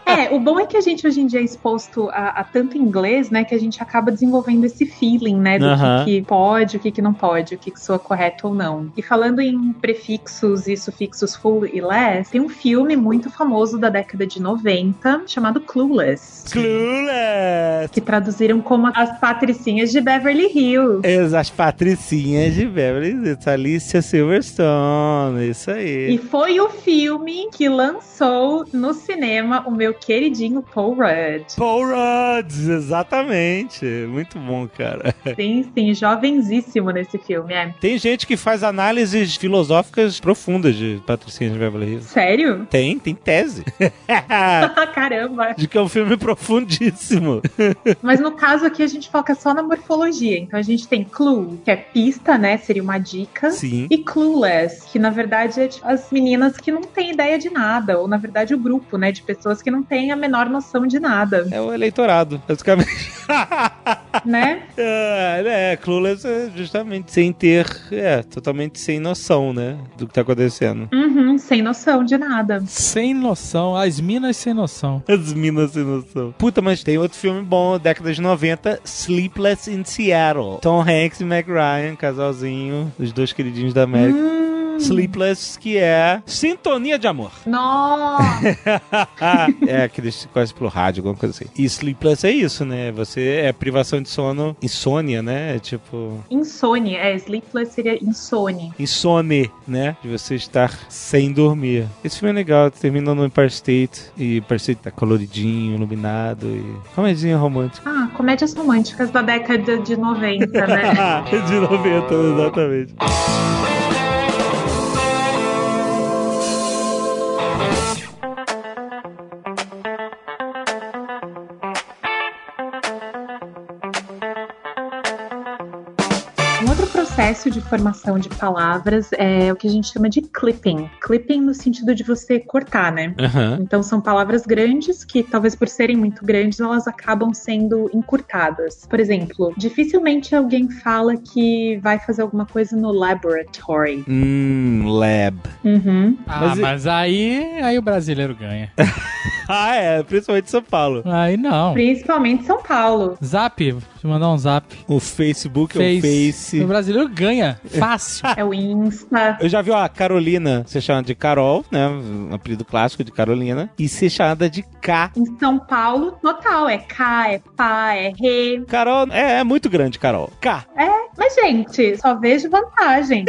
S4: É, o bom é que a gente hoje em dia é exposto a, a tanto inglês, né, que a gente acaba desenvolvendo esse feeling, né, do que
S2: Aham.
S4: que, pode, o que, que não pode, o que, que soa correto ou não. E falando em prefixos e sufixos full e less, tem um filme muito famoso da década de 90 chamado Clueless,
S2: Clueless!
S4: que traduziram como As Patricinhas de Beverly Hills.
S2: As patricinhas de Beverly Hills, Alicia Silverstone, isso aí.
S4: E foi o filme que lançou no cinema o meu queridinho Paul Rudd.
S2: Paul Rudd, exatamente. Muito bom, cara.
S4: Sim, sim, jovenzíssimo nesse filme, é.
S2: Tem gente que faz análises filosóficas profundas de Patricinhas de Beverly Hills.
S4: Sério?
S2: Tem, tem tese.
S4: Caramba!
S2: De que é um filme profundíssimo.
S4: Mas no caso aqui a gente foca só na morfologia. Então a gente tem clue, que é pista, né? Seria uma dica.
S2: Sim.
S4: E clueless, que na verdade é tipo, as meninas que não têm ideia de nada. Ou na verdade o grupo, né? De pessoas que não têm a menor noção de nada,
S2: É o eleitorado, basicamente.
S4: né?
S2: É, é, Clueless é justamente sem ter, é, totalmente sem noção, né, do que tá acontecendo.
S4: Uhum, sem noção de nada.
S3: Sem noção. As minas sem noção.
S2: As minas sem noção. Puta, mas tem outro filme bom, década de 90, Sleepless in Seattle. Tom Hanks e Mac Ryan, casalzinho, os dois queridinhos da América.
S4: Hum,
S2: Sleepless, que é Sintonia de Amor.
S4: Nossa!
S2: é, que eles se conhecem pelo rádio, alguma coisa assim. E Sleepless é isso, né? Você é privação de sono, insônia, né? É tipo.
S4: Insônia, é, sleepless seria insônia.
S2: insone, né? De você estar sem dormir. Esse filme é legal, termina no Empire State e Empire State tá coloridinho, iluminado e comedinha romântica.
S4: Ah, comédias românticas da década de 90, né?
S2: De 90, exatamente.
S4: Um outro processo de formação de palavras é o que a gente chama de clipping. Clipping no sentido de você cortar, né?
S2: Aham.
S4: Então são palavras grandes que talvez por serem muito grandes elas acabam sendo encurtadas. Por exemplo, dificilmente alguém fala que vai fazer alguma coisa no laboratory.
S2: Hum, lab.
S4: Uhum.
S3: Ah,
S2: Mas
S3: mas,
S2: e-
S3: aí, aí o brasileiro ganha.
S2: Ah, é, principalmente em São Paulo.
S3: aí não.
S4: Principalmente São Paulo.
S3: Zap, vou te mandar um zap.
S2: O Facebook é o
S3: Face.
S2: Face.
S3: O brasileiro ganha. Fácil.
S4: É o Insta.
S2: Eu já vi a Carolina ser chamada de Carol, né? Um apelido clássico de Carolina. E ser chamada de K.
S4: Em São Paulo, total, é K, é pá, é re. é,
S2: Carol, é, é muito grande, Carol. K.
S4: Mas, gente, só vejo vantagem.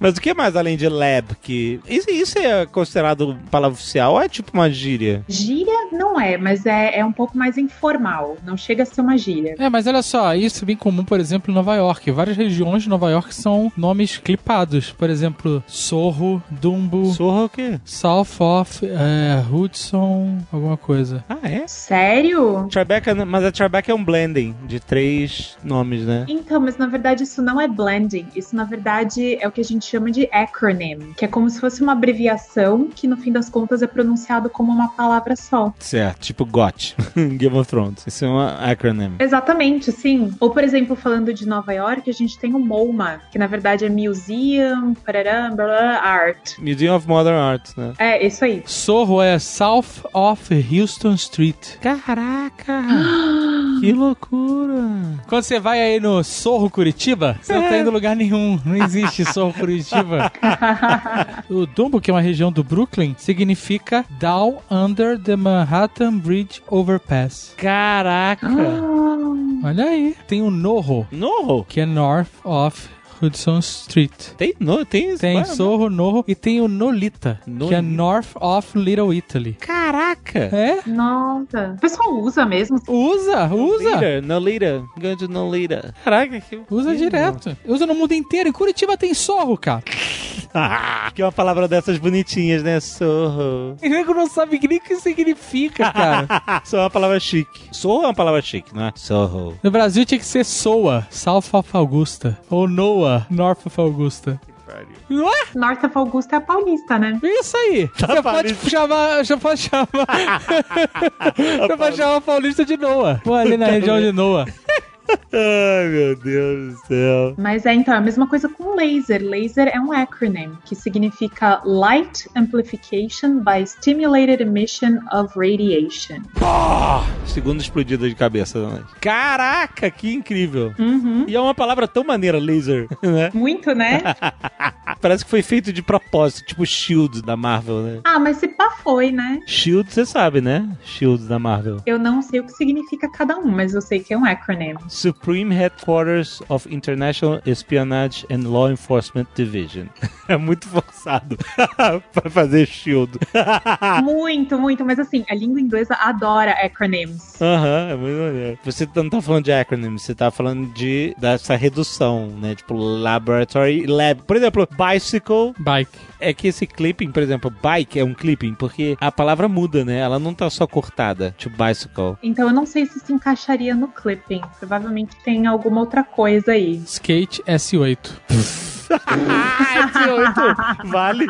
S2: Mas o que mais além de lab? Que... Isso, isso é considerado palavra oficial ou é tipo uma gíria?
S4: Gíria não é, mas é, é um pouco mais informal. Não chega a ser uma gíria.
S3: É, mas olha só, isso é bem comum, por exemplo, em Nova York. Várias regiões de Nova York são nomes clipados. Por exemplo, Sorro, Dumbo,
S2: Sorra o quê?
S3: South of, é, Hudson, alguma coisa.
S2: Ah, é?
S4: Sério?
S2: Tribeca, mas a Tribeca é um blending de três nomes, né?
S4: Então, mas na verdade isso não é blending. Isso na verdade é o que a gente chama de acronym, que é como se fosse uma abreviação que no fim das contas é pronunciado como uma palavra só.
S2: Certo, tipo GOT, Game of Thrones. Isso é um acronym.
S4: Exatamente, sim. Ou, por exemplo, falando de Nova York, a gente tem o MoMA, que na verdade é Museum, pararam, blá, blá, Art.
S2: Museum of Modern Art, né?
S4: É, isso aí.
S3: Sorro é South of Houston Street.
S2: Caraca! Ah, que loucura!
S3: Quando você vai aí no Sorro Curitiba, você não tá indo em lugar nenhum. Não existe Sorro Curitiba. o Dumbo, que é uma região do Brooklyn, significa Down Under the Manhattan Bridge Overpass.
S2: Caraca!
S3: Olha aí. Tem o Norro,
S2: Norro?
S3: que é North of Hudson Street.
S2: Tem, no, tem,
S3: Tem
S2: vários-
S3: Sorro, Norro e tem o Nolita, que
S2: Nolita.
S3: é North of Little Italy.
S2: Caraca!
S3: É?
S4: Nossa. O pessoal usa mesmo.
S3: Usa, usa.
S2: Leader, no leader. Grande no leader. Caraca, que.
S3: Usa direto. Usa no mundo inteiro. Em Curitiba tem Sorro, cara.
S2: Ah, que é uma palavra dessas bonitinhas, né? Sorro.
S3: O nego não sabe nem o que significa, cara.
S2: Sorro é uma palavra chique. Sorro é uma palavra chique, não é? Sorro.
S3: No Brasil tinha que ser Soa, South of Augusta. Ou Noa, North of Augusta. Não é?
S4: North of Augusta é paulista, né?
S3: Isso aí. já, pode
S2: paulista.
S3: chamar, já pode chamar. já pode chamar Paulista de Noa. Pô, ali na região de Noa.
S2: Ai, meu Deus do céu.
S4: Mas é então a mesma coisa com laser. Laser é um acronym que significa Light Amplification by Stimulated Emission of Radiation.
S2: Segunda explodida de cabeça. né? Caraca, que incrível.
S4: Uhum.
S2: E é uma palavra tão maneira, laser, né?
S4: Muito, né?
S2: Parece que foi feito de propósito, tipo Shield da Marvel, né?
S4: ah, mas se pá foi, né?
S2: Shield, você sabe, né? Shield da Marvel.
S4: Eu não sei o que significa cada um, mas eu sei que é um acronym.
S2: Supreme Headquarters of International Espionage and Law Enforcement Division. É muito forçado pra fazer Shield.
S4: Muito, muito, mas assim, a língua inglesa adora acronyms.
S2: Aham, é muito maneiro. Você não tá falando de acronym, você tá falando de dessa redução, né? Tipo, laboratory e lab. Por exemplo, bicycle
S3: Bike.
S2: é que esse clipping, por exemplo, bike é um clipping, porque a palavra muda, né? Ela não tá só cortada, tipo bicycle.
S4: Então eu não sei se se encaixaria no clipping. Provavelmente tem alguma outra coisa aí.
S3: Skate S8.
S2: S8 vale.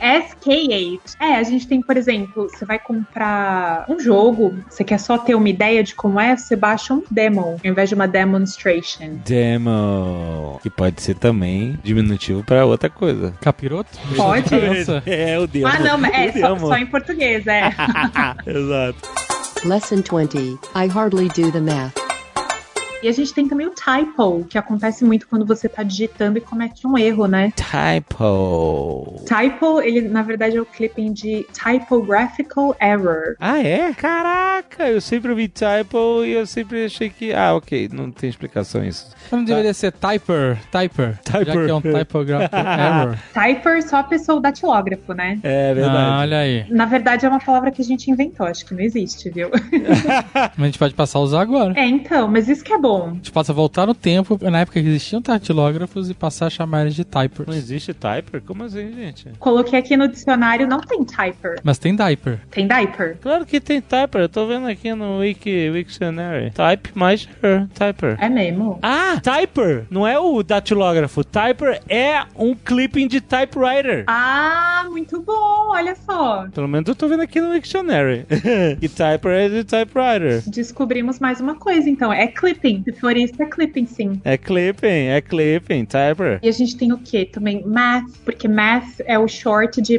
S4: SK8. É, a gente tem, por exemplo, você vai comprar um jogo, você quer só ter uma ideia de como é, você baixa um demo, ao invés de uma demonstration.
S2: Demo. Que pode ser também diminutivo pra outra coisa.
S3: Capiroto?
S4: Pode.
S3: Criança.
S2: É, o demo.
S4: Ah, não, mas é
S2: O
S4: só,
S2: demo. Ah,
S4: só em português, é.
S2: Exato.
S5: Lesson 20. I hardly do the math.
S4: E a gente tem também o typo, que acontece muito quando você tá digitando e comete um erro, né?
S8: Typo.
S4: Typo, ele na verdade é o clipping de typographical error.
S8: Ah, é? Caraca, eu sempre ouvi typo e eu sempre achei que. Ah, ok, não tem explicação isso.
S3: Não deveria ser typer, typer. Já
S8: Typer.
S3: que é um typographical error.
S4: Typer só a pessoa o datilógrafo, né?
S8: É
S3: Ah, olha aí.
S4: Na verdade, é uma palavra que a gente inventou, acho que não existe, viu?
S3: Mas a gente pode passar a usar agora.
S4: É, então, mas isso que é bom.
S3: A gente passa a voltar no tempo, na época que existiam datilógrafos, e passar a chamar eles de typers.
S2: Não existe typer? Como assim, gente?
S4: Coloquei aqui no dicionário, não tem typer,
S3: Mas tem diaper.
S4: tem diaper.
S2: Claro que tem typer, eu tô vendo aqui no Wiki, Wiktionary. Type mais her, typer.
S4: É mesmo?
S2: Ah, typer não é o datilógrafo. Typer é um clipping de typewriter.
S4: Ah, muito bom, olha só.
S2: Pelo menos eu tô vendo aqui no Wiktionary. e typer é de typewriter.
S4: Descobrimos mais uma coisa, então. É clipping. Se for isso, é clipping, sim.
S2: É clipping, é clipping, typer.
S4: E a gente tem o quê? Também math, porque math é o short de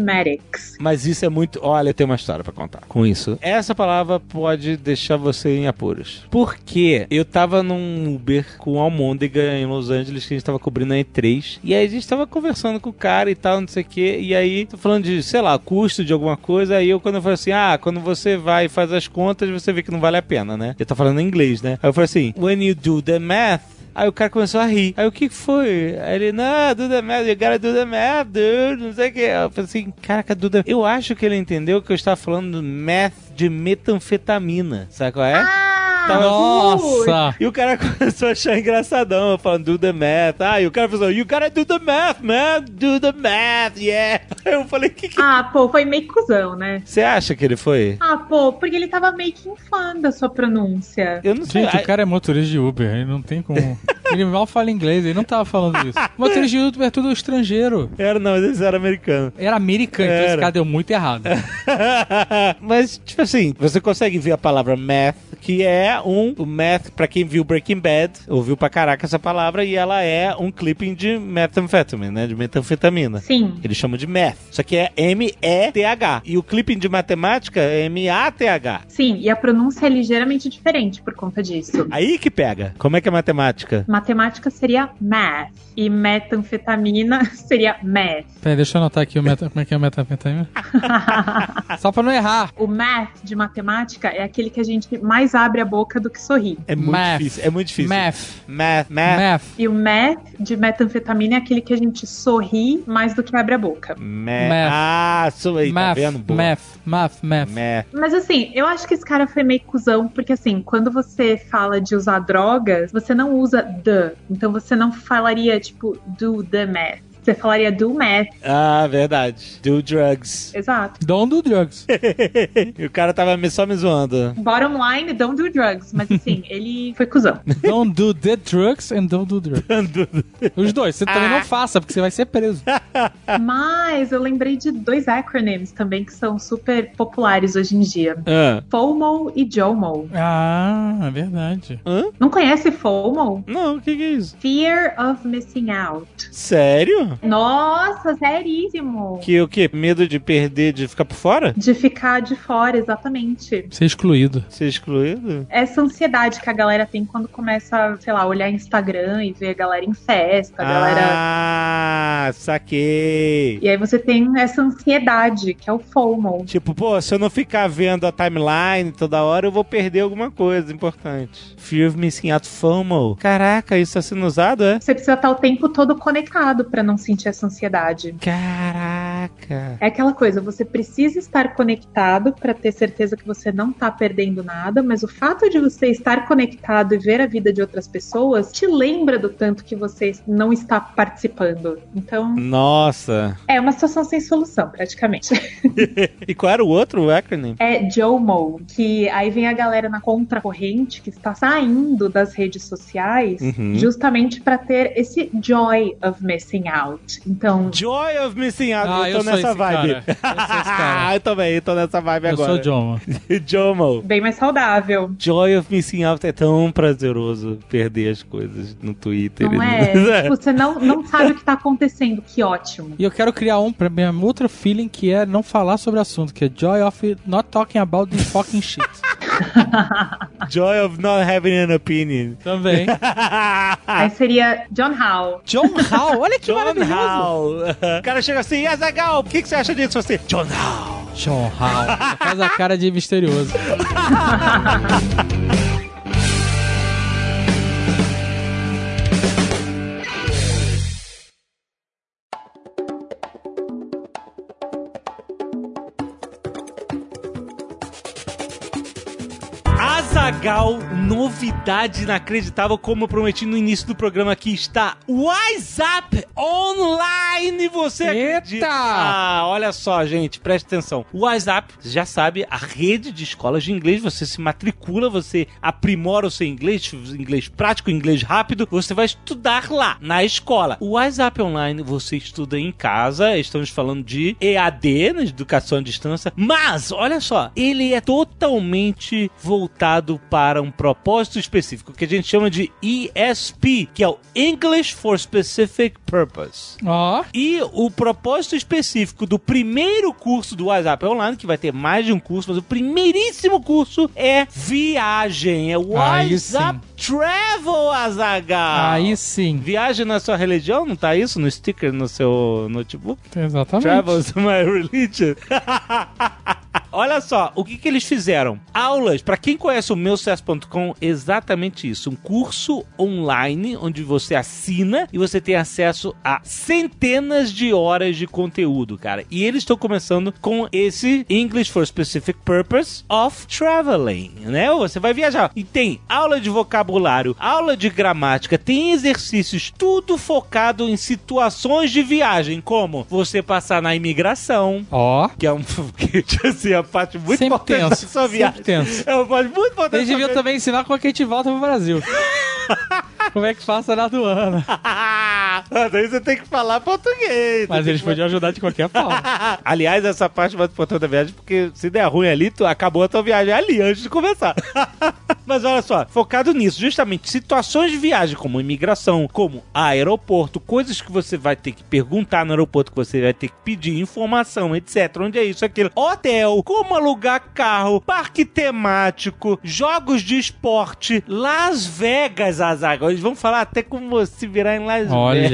S4: mathematics.
S2: Mas isso é muito. Olha, tem uma história pra contar com isso. Essa palavra pode deixar você em apuros. Porque eu tava num Uber com o Almôndega em Los Angeles, que a gente tava cobrindo a E3. E aí a gente tava conversando com o cara e tal, não sei o quê. E aí, tô falando de, sei lá, custo de alguma coisa. Aí eu, quando eu falei assim, ah, quando você vai e faz as contas, você vê que não vale a pena, né? Eu tava falando em inglês, né? Aí eu falei assim, when you do the math. Aí o cara começou a rir. Aí o que que foi? Aí ele, não, Duda é Merda, o cara Duda Merda, não sei o que. Eu falei assim, caraca, Duda. Eu acho que ele entendeu que eu estava falando math de metanfetamina. Sabe qual é? Tava- um
S3: Nossa!
S2: E o cara começou a achar engraçadão, falando, do the math. Ah, e o cara falou, you gotta do the math, man, do the math, yeah. Aí eu falei, que que...
S4: Ah, pô, foi meio cuzão, né?
S2: Você acha que ele foi?
S4: Ah, pô, porque ele tava meio que em fã da sua pronúncia.
S2: Eu não sei.
S3: Gente,
S2: Ai,
S3: o cara é motorista de Uber, ele não tem como. Ele mal fala inglês, ele não tava falando isso. Motorista de Uber é tudo estrangeiro.
S2: Era, não, mas esse era americano.
S3: Era americano, então esse
S2: Era.
S3: cara deu muito errado.
S2: Mas, tipo assim, você consegue ver a palavra math, que é um. O math, pra quem viu Breaking Bad, ouviu pra caraca essa palavra, e ela é um clipping de methamphetamine, né? De metanfetamina.
S4: Sim.
S2: Eles chamam de math. Só que é M-E-T-H. E o clipping de matemática é M-A-T-H.
S4: Sim, e a pronúncia é ligeiramente diferente por conta disso.
S2: Aí que pega. Como é que é matemática?
S4: Matemática seria math. E metanfetamina seria math.
S3: Peraí, deixa eu anotar aqui o meta, como é que é o metafetamina. Só pra não errar.
S4: O math de matemática é aquele que a gente mais abre a boca do que sorri.
S2: É muito
S3: Math.
S2: difícil. É muito difícil.
S3: Math.
S2: Math. Math.
S3: Math.
S4: E o math de metanfetamina é aquele que a gente sorri mais do que abre a boca.
S2: Math.
S3: Math.
S2: Ah, sou aí, tá
S3: Math.
S2: vendo? Boa.
S3: Math. Math. Math.
S2: Math.
S4: Mas assim, eu acho que esse cara foi meio cuzão, porque assim, quando você fala de usar drogas, você não usa the. Então você não falaria, tipo, do the math. Você falaria do math.
S2: Ah, verdade. Do drugs.
S4: Exato.
S3: Don't do drugs.
S2: e o cara tava me- só me zoando.
S4: Bottom line, don't do drugs. Mas assim, ele foi cuzão.
S3: Don't do the drugs and don't do drugs. Ah. Os dois. Você também não faça, porque você vai ser preso.
S4: Mas eu lembrei de dois acronyms também que são super populares hoje em dia.
S2: Ah.
S4: FOMO e JOMO.
S3: Ah, é verdade.
S4: Não conhece FOMO?
S2: Não, o que, que é isso?
S4: Fear of missing out.
S2: Sério?
S4: Nossa, seríssimo.
S2: Que o quê? Medo de perder, de ficar por fora?
S4: De ficar de fora, exatamente.
S3: Ser excluído.
S2: Ser excluído?
S4: Essa ansiedade que a galera tem quando começa, a, sei lá, olhar Instagram e ver a galera em festa, a galera.
S2: Ah, saquei.
S4: E aí você tem essa ansiedade, que é o FOMO.
S2: Tipo, pô, se eu não ficar vendo a timeline toda hora, eu vou perder alguma coisa importante. Fear of missing out FOMO. Caraca, isso tá sendo usado, é?
S4: Você precisa estar o tempo todo conectado pra não sentir essa ansiedade.
S2: Caraca.
S4: É aquela coisa, você precisa estar conectado pra ter certeza que você não tá perdendo nada, mas o fato de você estar conectado e ver a vida de outras pessoas te lembra do tanto que você não está participando. Então,
S2: Nossa.
S4: é uma situação sem solução, praticamente.
S2: E qual era o outro acronym?
S4: É JOMO, que aí vem a galera na contracorrente que está saindo das redes sociais
S2: Uhum.
S4: justamente pra ter esse joy of missing out. Então,
S2: Joy of missing out.
S3: Ah,
S2: eu tô
S3: eu sou
S2: nessa
S3: esse
S2: vibe.
S3: cara. Eu sou esse cara.
S2: eu também, eu tô nessa vibe
S3: Eu
S2: agora.
S3: sou John.
S2: Jomo.
S4: bem mais saudável.
S2: Joy of Missing Out é tão prazeroso perder as coisas no Twitter.
S4: Não
S2: e
S4: é?
S2: no-
S4: Tipo, Você não, não sabe o que tá acontecendo, que ótimo.
S3: E eu quero criar um pra minha outra feeling que é não falar sobre o assunto, que é Joy of Not Talking About This Fucking Shit.
S2: Joy of not having an opinion.
S3: Também.
S4: Aí seria John Howe.
S3: John Hall, olha que
S2: John
S3: maravilhoso.
S2: Hall. O cara chega assim, e Azagal, o que, que você acha disso? Você, John Hall.
S3: John Hall. Faz a cara de misterioso.
S2: Azagal, novidade inacreditável, como eu prometi no início do programa aqui, está WhatsApp online. Você
S3: Eita!
S2: acredita? Ah, olha só, gente, preste atenção. O WhatsApp, você já sabe, a rede de escolas de inglês, você se matricula, você aprimora o seu inglês, inglês prático, inglês rápido, você vai estudar lá, na escola. O WhatsApp online, você estuda em casa, estamos falando de EAD, né, educação à distância, mas, olha só, ele é totalmente voltado para um propósito específico, que a gente chama de ESP, que é o English for Specific Purpose.
S3: Ó,
S2: E o propósito específico do primeiro curso do WhatsApp Online, que vai ter mais de um curso, mas o primeiríssimo curso é viagem. É
S3: Aí
S2: WhatsApp Travel, Azaghal.
S3: aí sim.
S2: Viagem na sua religião, não tá isso? No sticker no seu notebook?
S3: Exatamente.
S2: Travels my religion. Olha só, o que, que eles fizeram? Aulas, para quem conhece o meucesso.com, exatamente isso. Um curso online onde você assina e você tem acesso a centenas de horas de conteúdo, cara. E eles estão começando com esse English for Specific Purpose of Traveling, né? Você vai viajar. E tem aula de vocabulário, aula de gramática, tem exercícios, tudo focado em situações de viagem, como você passar na imigração,
S3: Ó,
S2: que é um, que, assim, a parte muito
S3: sempre
S2: importante
S3: tenso.
S2: da sua viagem.
S3: Sempre tenso.
S2: É uma parte muito importante
S3: Eles
S2: da
S3: deviam
S2: sua
S3: também ensinar como é que a gente volta pro Brasil. Como é que passa na aduana.
S2: viagem. Daí você tem que falar português.
S3: Mas
S2: Você
S3: eles
S2: tem que-
S3: podiam ajudar de qualquer forma.
S2: Aliás, essa parte é mais importante da viagem, porque se der ruim ali, tu acabou a tua viagem ali antes de começar. Mas olha só, focado nisso, justamente situações de viagem, como imigração, como aeroporto, coisas que você vai ter que perguntar no aeroporto, que você vai ter que pedir informação, etc. Onde é isso, aquilo. Hotel, como alugar carro, parque temático, jogos de esporte, Las Vegas, Azaga. Eles vão falar até como se virar em Las Vegas.
S3: Olha.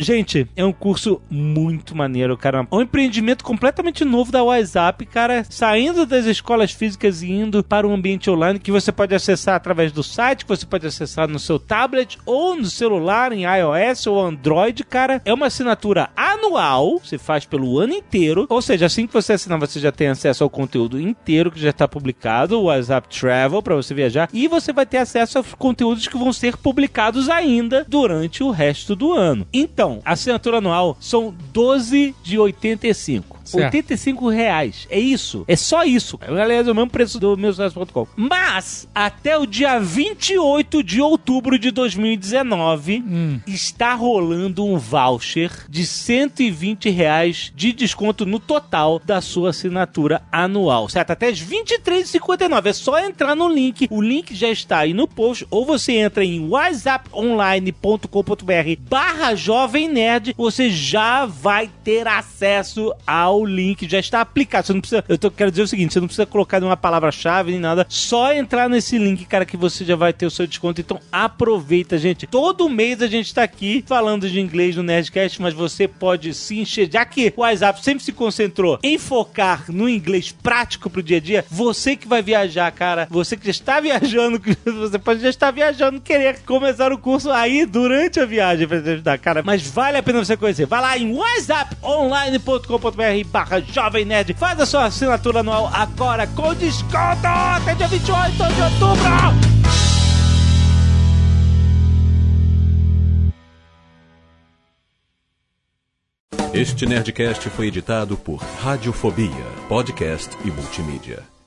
S2: Gente, é um curso muito maneiro, cara. É um empreendimento completamente novo da WhatsApp, cara, saindo das escolas físicas e indo para um ambiente online que você pode acessar através do site, que você pode acessar no seu tablet ou no celular, em iOS ou Android, cara. É uma assinatura anual, você faz pelo ano inteiro. Ou seja, assim que você assinar, você já tem acesso ao conteúdo inteiro que já está publicado, o WhatsApp Travel, para você viajar. E você vai ter acesso aos conteúdos que vão ser publicados ainda durante o resto do ano. Então, a assinatura anual são 12 de 85.
S3: Certo.
S2: 85 reais. É isso. É só isso. Aliás, é o mesmo preço do meusas.com. Mas, até o dia 28 de outubro de 2019,
S3: Hum.
S2: está rolando um voucher de 120 reais de desconto no total da sua assinatura anual, certo? Até as 23,59. É só entrar no link. O link já está aí no post. Ou você entra em whatsapponline.com.br barra jovem nerd. Você já vai ter acesso ao link. Já está aplicado. Você não precisa... Eu tô, quero dizer o seguinte, você não precisa colocar nenhuma palavra-chave nem nada. Só entrar nesse link, cara, que você já vai ter o seu desconto. Então aproveita, gente. Todo mês a gente tá aqui falando de inglês no Nerdcast, mas você pode se encher. Já que o WhatsApp sempre se concentrou em focar no inglês prático pro dia a dia, você que vai viajar, cara, você que já está viajando, que você pode já estar viajando, querer começar o curso aí durante a viagem pra te ajudar, cara. Mas vale a pena você conhecer. Vai lá em whatsapponline.com.br barra Jovem Nerd. Faz a sua assinatura anual agora com desconto até dia 28 de outubro.
S1: Este Nerdcast foi editado por Radiofobia, podcast e multimídia.